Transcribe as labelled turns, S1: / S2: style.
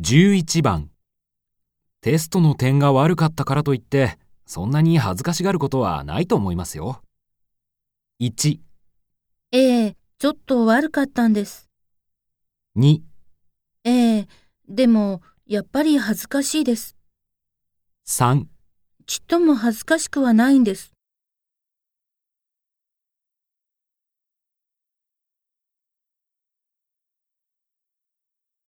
S1: 11番テストの点が悪かったからといってそんなに恥ずかしがることはないと思いますよ。1、
S2: ええ、ちょっと悪かったんです。
S1: 2、
S2: ええ、でも、やっぱり恥ずかしいです。
S1: 3
S2: ちっとも恥ずかしくはないんです。